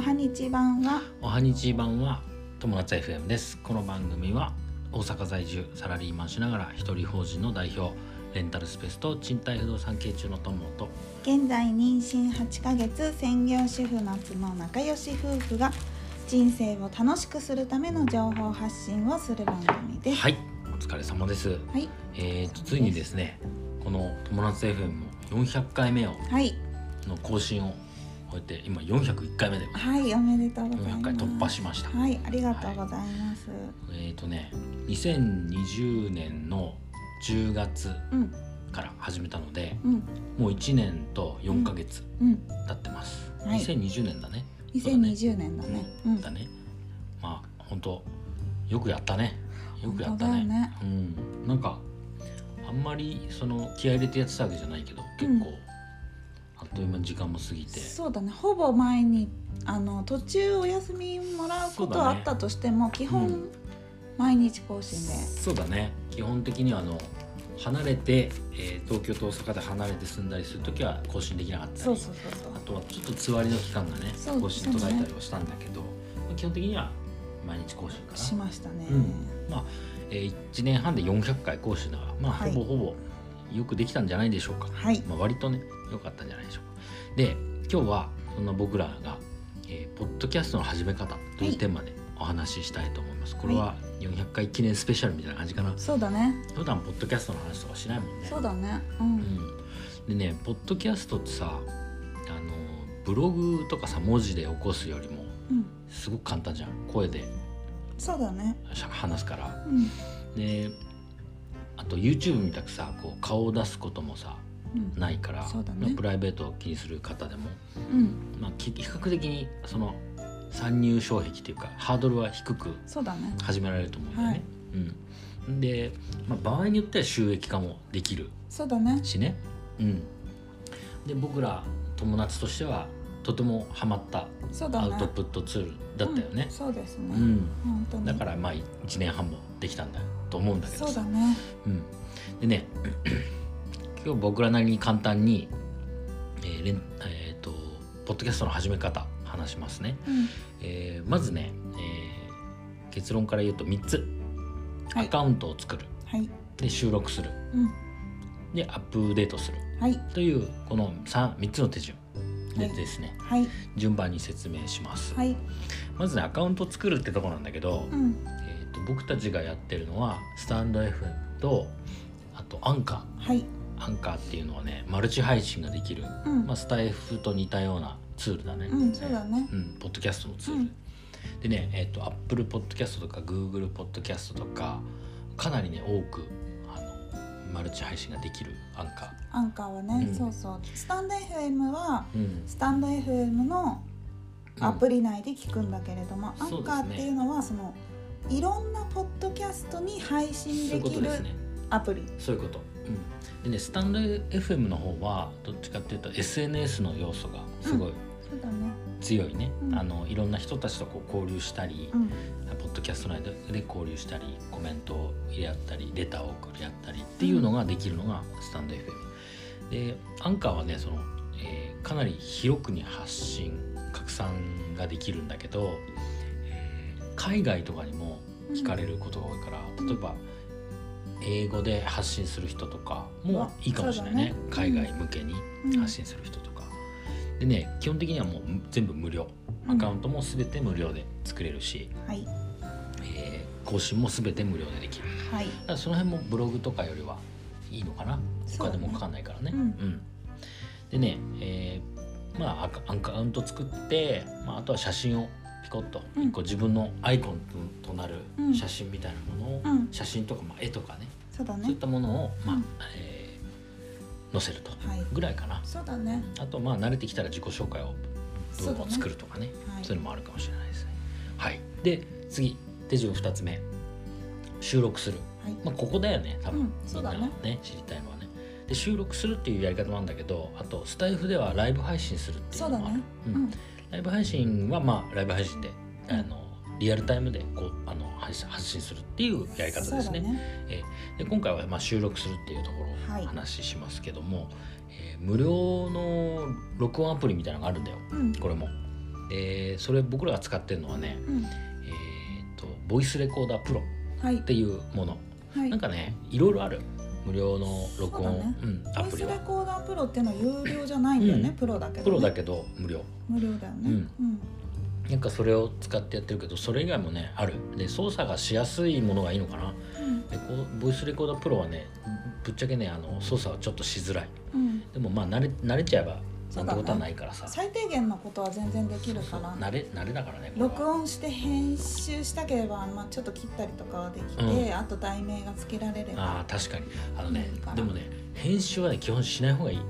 はにち版はおはにち版は友達 FM ですこの番組は大阪在住サラリーマンしながら一人法人の代表レンタルスペースと賃貸不動産系中の友と現在妊娠8ヶ月専業主婦夏の仲良し夫婦が人生を楽しくするための情報発信をする番組です。はいお疲れ様ですはい、えーとついにですねこの友達 FM も400回目をはい、の更新を終えて今401回目ではい、おめでとうございます。 400回突破しましたはい、ありがとうございます。えっ、とね2020年の10月うん、から始めたのでうん、もう1年と4ヶ月うん、経ってます、はい2020年だね2020年だね。うんだ、ねまあ本当よくやったねよくやった本当ねだよねうん、なんかあんまりその気合い入れてやってたわけじゃないけど結構、うんあっという間に時間も過ぎてそうだね、ほぼ毎日あの途中お休みもらうこそうとだはあねったとしても、基う本ん毎日更新で。そうだね基本的にはあの離れて、えー東京と大阪で離れて住んだりする時は更新できなかったりそうそうそうそうあ。とはちょっとつわりの期間がねそう更新途絶えたりはしたんだけど、まあ基本的には毎日更新かなしましたね。うんまあ、えー1年半で400回講師なら、まあ、はいほぼほぼよくできたんじゃないでしょうか、はい。まあ、割とね良かったんじゃないでしょうかで今日はそんな僕らが、えーポッドキャストの始め方」というテーマでお話ししたいと思います、これは400回記念スペシャルみたいな感じかなそうだね。普段ポッドキャストの話とかしないもんねそうだね。う。うんん、でねポッドキャストってさあのブログとかさ文字で起こすよりもうん。すごく簡単じゃん声でそうだね。しゃ話すからうん。であと YouTube みたくさこう顔を出すこともさうん。ないから、そうだねまあプライベートを気にする方でも、うん。まあ、き比較的にその参入障壁というかハードルは低くそうだね。始められると思うんだよね。はいうん、で、まあ、場合によっては収益化もできるそうだね。しね。うん、で僕ら友達としてはとてもハマったそうだアね。ウトプットツールだったよねうん。そうですうね。ん本当に。だからまあ1年半もできたんだと思うんだけどそさうだね。う ん、でね今日僕らなりに簡単に、えーれんえーとポッドキャストの始め方話しますね、うん。えーまずね、えー結論から言うと3つはアい。カウントを作る、はい。で収録するうん。でアップデートするはい。というこの 3, 3つの手順ではいですねはい。順番に説明します、はい。まずねアカウントを作るってとこなんだけど、うん。えーと僕たちがやってるのはスタンド FM とあとアンカーはい。アンカーっていうのはねマルチ配信ができる、うんまあ、。スタイフと似たようなツールだね、うんそうだねうんポッドキャストのツール、うんでねえっ、と Apple ポッドキャストとか Google ポッドキャストとかかなりね多くあのマルチ配信ができるアンカアンカーはうね。んそうそう。スタンド FM はー、うんスタンド FM のアプリ内で聞くんだけれども、アそうンでカすねーっていうのはそのいろんなポッドキャストに配信そでういうこきとるですねアプリそういうこと、うん、でねスタンド FM の方はどっちかっていうと SNS の要素がすごいそうだね強いね、うんあのいろんな人たちとこう交流したり、うんポッドキャスト内で交流したりコメントを入れ合ったりレターを送り合ったりっていうのができるのがスタンド FM、でアンカーはねその、えーかなり広くに発信拡散ができるんだけど、えー海外とかにも聞かれることが多いから、うん例えば英語で発信する人とかもいいかもしれないねそうだね海外向けにうん発信する人とか。でね基本的にはもう全部無料アカウントも全て無料で作れるし、はいえー更新も全て無料でできるはいだからその辺もブログとかよりはいいのかなおそうだ金ねもかかんないからねうんんでね、えーまあアカアカウント作って、まあ、あとは写真をピコッとうん一個自分のアイコンととなるうん写真みたいなものを、うん写真とか、まあ、絵とかねそうだそういねったものを、まあうんえー載せるとはいぐらいかなそうだねあとまあ慣れてきたら自己紹介を動画を作るとかねはいそういうのもあるかもしれないですね。はい、で次手順2つ目収録する、はいまあ、ここだよね多分、うんそうだねみんながね知りたいのはね。で収録するっていうやり方もあるんだけどあとスタイフではライブ配信するっていうそうのだもあるねううんんライブ配信はまあライブ配信で、うんあのリアルタイムでこうあの配信発信するっていうやり方そうですだね。ねで今回はまあ収録するっていうところはをいお話ししますけども、えー無料の録音アプリみたいなのがあるんだようんこれも。でそれ僕らが使ってるのはね、うんえー、とボイスレコーダープロはいっていうものはいなんかねいろいろある無料の録音そうだねうん、アボイプスリレはコーダープロっていうのは有料じゃないんだよね、うんプロだけど、ね、プロだけど無料無料だよねうん、なんかそれを使ってやってるけどそれ以外もねあるで操作がしやすいものがいいのかなうんでこうボイスレコーダープロはねぶっちゃけねあの操作はちょっとしづらいうん、でもまあ慣れ慣れちゃえばそなうんだねてことはないからさ、最低限のことは全然できるそかうら慣れ慣れだからねこれは録音して編集したければ、まあ、ちょっと切ったりとかはできて、うあと題名が付けられればあー確かにあのねいいからでもね編集はね基本しない方がいいもう、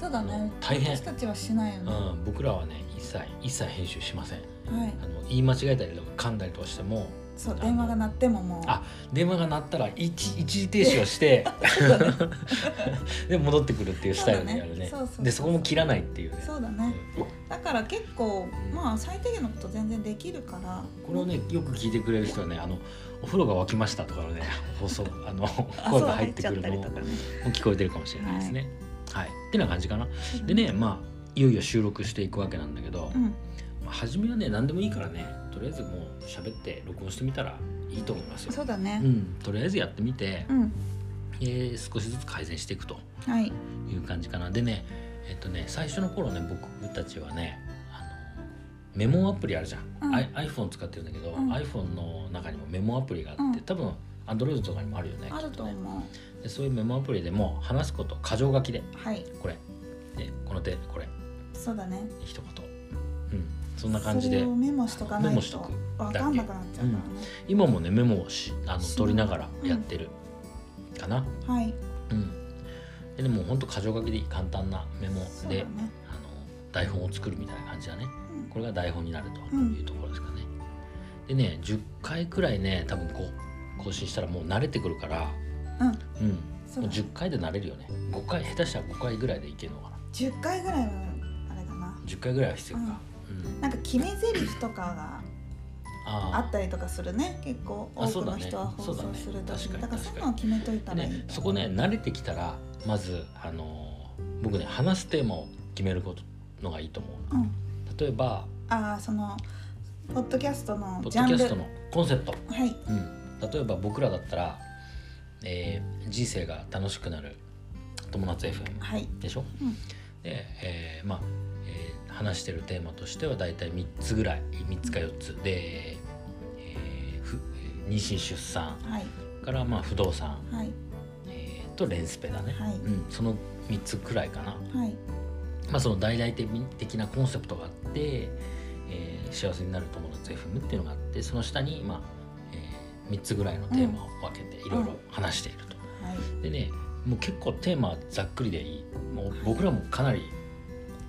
そうだね大変私たちはしないよね、うん、僕らはね一切一切編集しませんはいあの言い間違えたりとか噛んだりとかしてもそうあの電話が鳴ってももうあ電話が鳴ったら一一時停止をして で戻ってくるっていうスタイルでやるねそうだねそうそうそうでそこも切らないっていうねそうだねだから結構んまあ最低限のこと全然できるからこれをねよく聞いてくれる人はねあのお風呂が沸きましたとかの ね放送あのあ声そうが入ってくるの入っもちゃったりとかね聞こえてるかもしれないですね。はい、ってな感じかな。そうだでねまあいよいよ収録していくわけなんだけど、うんまあ、初めはね何でもいいからねとりあえずもう喋って録音してみたらいいと思いますよ。そうだねうん、とりあえずやってみて、うん、えー少しずつ改善していくとはいいう感じかな。でねえっとね最初の頃ね僕たちはねあのメモアプリあるじゃん、うん I- iPhone 使ってるんだけど、うん iPhone の中にもメモアプリがあって、うん多分 Android とかにもあるよねあるきっとね思うでそういうメモアプリでも話すこと箇条書きではいこれでこの手これそうだね一言うんそんな感じそでれをメモしとかなメいモしととく分かんなくなっちゃうか今もねメモをしあのし取りながらやってるかならね、はいうんででもほんと箇条書きでいい簡単なメモそうだで、ねあの台本を作るみたいな感じだねうんこれが台本になるというところですかね、でね10回くらいね多分こう更新したらもう慣れてくるからうん、そうだねもう10回で慣れるよね5回下手したら5回ぐらいでいけるのかな10回ぐらいはあれだな10回ぐらいは必要か、うんなんか決め台詞とかあがーあったりとかするね結構あ多そうくだのね人は放そうだ送ねするときに確かにだからそうい確うかのを決めといたらいいね、そこね慣れてきたらまずあのー僕ね話すテーマを決めることのがいいと思うんう例えばああそのポッドキャストのポジッャドキンャルストのコンセプト、はいうん、例えば僕らだったら、えー人生が楽しくなる友達 FM はいでしょ、うんで、えーまあ、えー話してるテーマとしては大体3つぐらい3つか4つで、えーふえー妊娠出産はいからまあ不動産、はいえーとレンスペだね、はいうん、その3つくらいかな、はいまあ、その大々的なコンセプトがあって、えー幸せになる友達 FM っていうのがあってその下に、まあえ3つぐらいのテーマを分けていろいろ話していると。はいでねもう結構テーマざっくりでいいもうはい僕らもかなり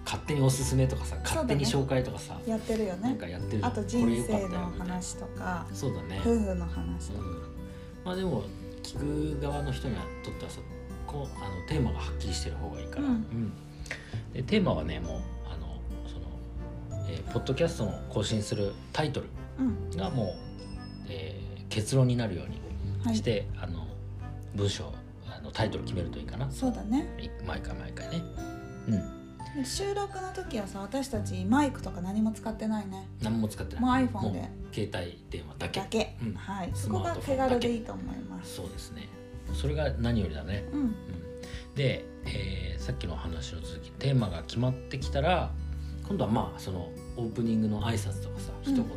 勝手におすすめとかさそうだ勝ね手に紹介とかさ、やってるよなんねかやってるあとじゃん人生これよのかったよみたいな話とかそうだね、夫婦の話とうかん、まあでも聞く側の人にとってはさこうあのテーマがはっきりしてる方がいいから、うんうんでテーマはねもうあのその、えーポッドキャストの更新するタイトルうんがもう、えー結論になるようはにしいて、あの文章あのタイトル決めるといいかないそうだね毎回毎回ね。うん収録の時はさ私たちマイクとか何も使ってないね何も使ってないもう iPhone で携帯電話だけだけ、うんはいスそマこーがトフォ手ンだけ軽でいいと思いますそうですねそれが何よりだねうんうんで、えーさっきの話の続きテーマが決まってきたら今度はまあそのオープニングの挨拶とかさうん一言、なん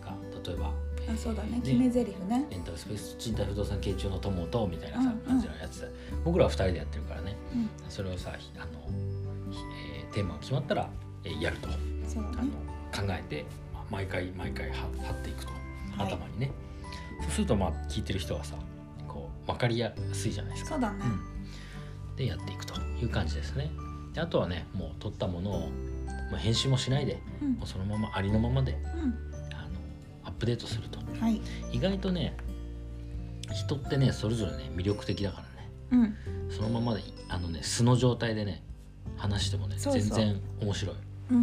か例えばえーあそうだね決め台詞ねレンタルスペース賃貸不動産系中の友とみたいなさ、うんうん感じのやつ僕らは2人でやってるからねうんそれをさひあの、ひえーテーマが決まったら、えーやると、そうだあねの考えてまあ毎回毎回は張っていくとはい頭にね、そうするとまあ聞いてる人はさこう分かりやすいじゃないですかそうだねうん、でやっていくという感じですねであとはねもう撮ったものを、まあ、編集もしないでうんもうそのままありのままでうんあのアップデートするとはい意外とね人ってねそれぞれね魅力的だからねうんそのままであのね素の状態でね話してもねそうそう全然面白い、うん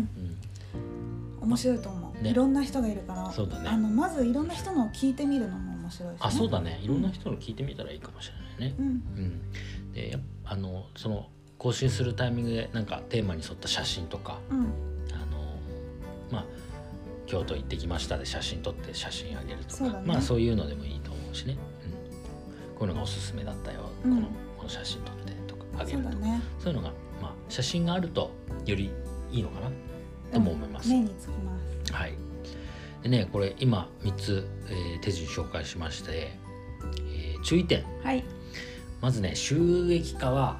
うん、面白いと思うねいろんな人がいるからそうだあねのまずいろんな人のを聞いてみるのも面白いしねあそうだねいろんな人の聞いてみたらいいかもしれないねうんうんでやっぱあのその更新するタイミングでなんかテーマに沿った写真とかうんあのまあ京都行ってきましたで写真撮って写真あげるとかそうだねまあそういうのでもいいと思うしね、うん、こういうのがおすすめだったよ、うんこのこの写真撮ってとかあげそるうとだかねそういうのが、まあ、写真があるとよりいいのかなとも思います。目につきますはい、でねこれ今3つ、えー手順紹介しまして、えー注意点はいまずね収益化は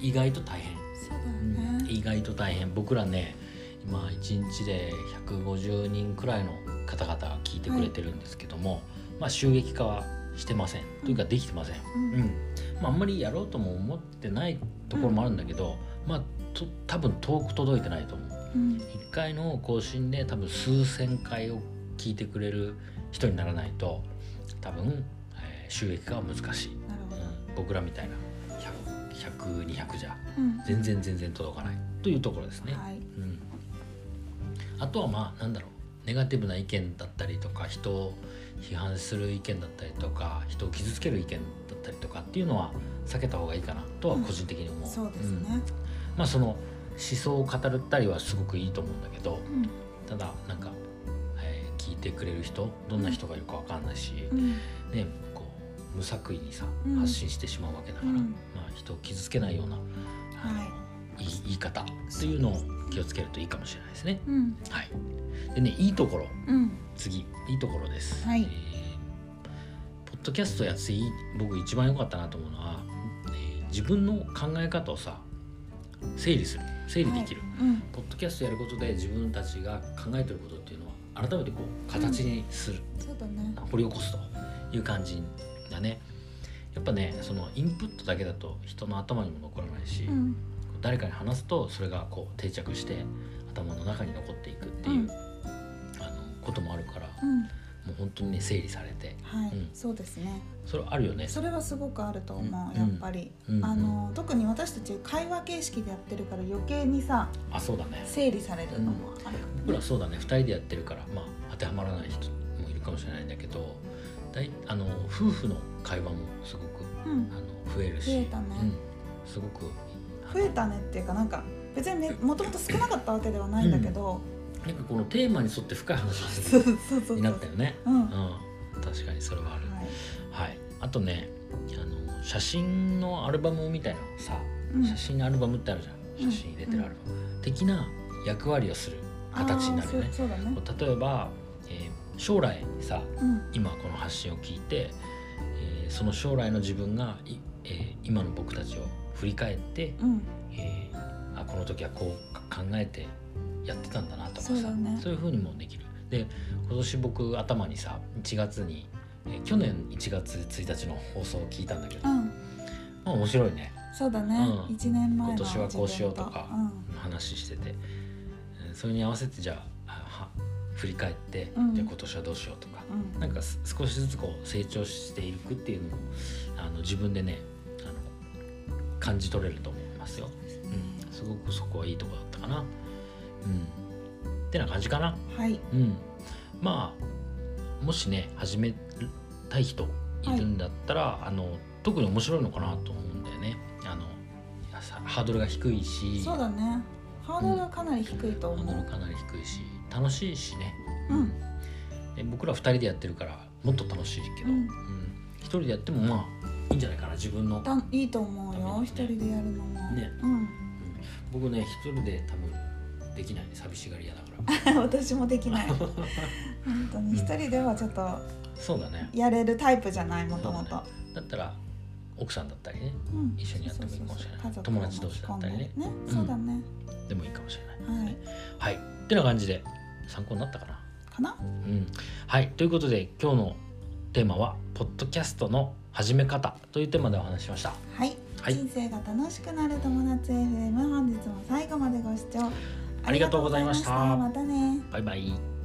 意外と大変、そうだうんね意外と大変僕らね今1日で150人くらいの方々が聞いてくれてるんですけども、まあ収益化はしてませんというかできてません、うんうんまあ、あんまりやろうとも思ってないところもあるんだけど、まあと多分遠く届いてないと思ううん1回の更新で多分数千回を聞いてくれる人にならないと多分、えー収益化は難しい、なるうほどん、僕らみたいな100200じゃうん全然全然届かないというところですね、はいうん、あとはまあなんだろうネガティブな意見だったりとか人を批判する意見だったりとか人を傷つける意見だったりとかっていうのは避けた方がいいかなとは個人的に思う、そうですんねまあその思想を語ったりはすごくいいと思うんだけどうんただなんか、えー聞いてくれる人どんな人がいるかわかんないし、うんねこう無作為にさうん発信してしまうわけだから、うんまあ人を傷つけないようなはいい言い方っていうのを気をつけるといいかもしれないですね。いうんはい、でねいいところうん次いいところです。はいえーポッドキャストやっていい僕一番良かったなと思うのは、えー自分の考え方をさ整理する整理できる、うんポッドキャストやることで自分たちが考えてることっていうのは改めてこう形にする、そうだね掘り起こすという感じだねやっぱねそのインプットだけだと人の頭にも残らないし、うん誰かに話すとそれがこう定着して頭の中に残っていくっていう、うんあのこともあるからうんもう本当にね整理されてはいうんそうですねそれあるよねそれはすごくあると思ううんやっぱりうんうんあの特に私たち会話形式でやってるから余計にさあそうだね整理されるのもある僕らそうだね2人でやってるから、まあ、当てはまらない人もいるかもしれないんだけどだいあの夫婦の会話もすごくうんあの増えるし増えたねうん、すごくあの増えたねっていうかなんか別にねもともと少なかったわけではないんだけどなんかこのテーマに沿って深い話がすそうるそうそうそうになったよね、うんうんは確かにそれはある、いはい、あとねあの写真のアルバムみたいなのさ、うん写真アルバムってあるじゃん写真入れてるアルバム、的な役割をする形になるよねあーそうそうだねこう例えば、えー将来さうん今この発信を聞いて、えーその将来の自分が、いえー今の僕たちを振り返って、うんえーあこの時はこうか考えてやってたんだなとかさそうだねそういう風にもできるで今年僕頭にさ1月に、えー去年1月1日の放送を聞いたんだけど、うまんあ、面白いねそうだねうん一年前の今年はこうしようとかうん話してて、えーそれに合わせてじゃあは振り返って、うんじゃあ今年はどうしようとか、うんなんかす少しずつこう成長していくっていうのもあの自分でねあの感じ取れると思いますよ。うん、すごくそこはいいとこだったかな。うん、ってな感じかな。はいうん、まあもしね始めたい人いるんだったら、あの特に面白いのかなと思うんだよね。あのいやさハードルが低いしそうだねハードルがかなり低いとハー思ドうルかなり低いし楽しいしね。うんで僕ら2人でやってるからもっと楽しいけど、ううんん1人でやってもまあいいんじゃないかな自分のだいいと思うよね一人でやるのもねうん僕ね1人で多分できない寂しがり屋だから 私もできない本当に一人ではちょっとそうだねやれるタイプじゃないもともそうとだったら奥さんだったりねうん一緒にやってもいいかもしれないそうそうそう友達同士だったりね家族も巻き込んでねうんそうだねでもいいかもしれないはいはいってな感じで参考になったかなかなうんはいということで今日のテーマは「ポッドキャストの始め方」というテーマでお話ししましたはいはい人生が楽しくなる友達 FM 本日も最後までご視聴ありがとうございましたありがとうございましたまたねバイバイ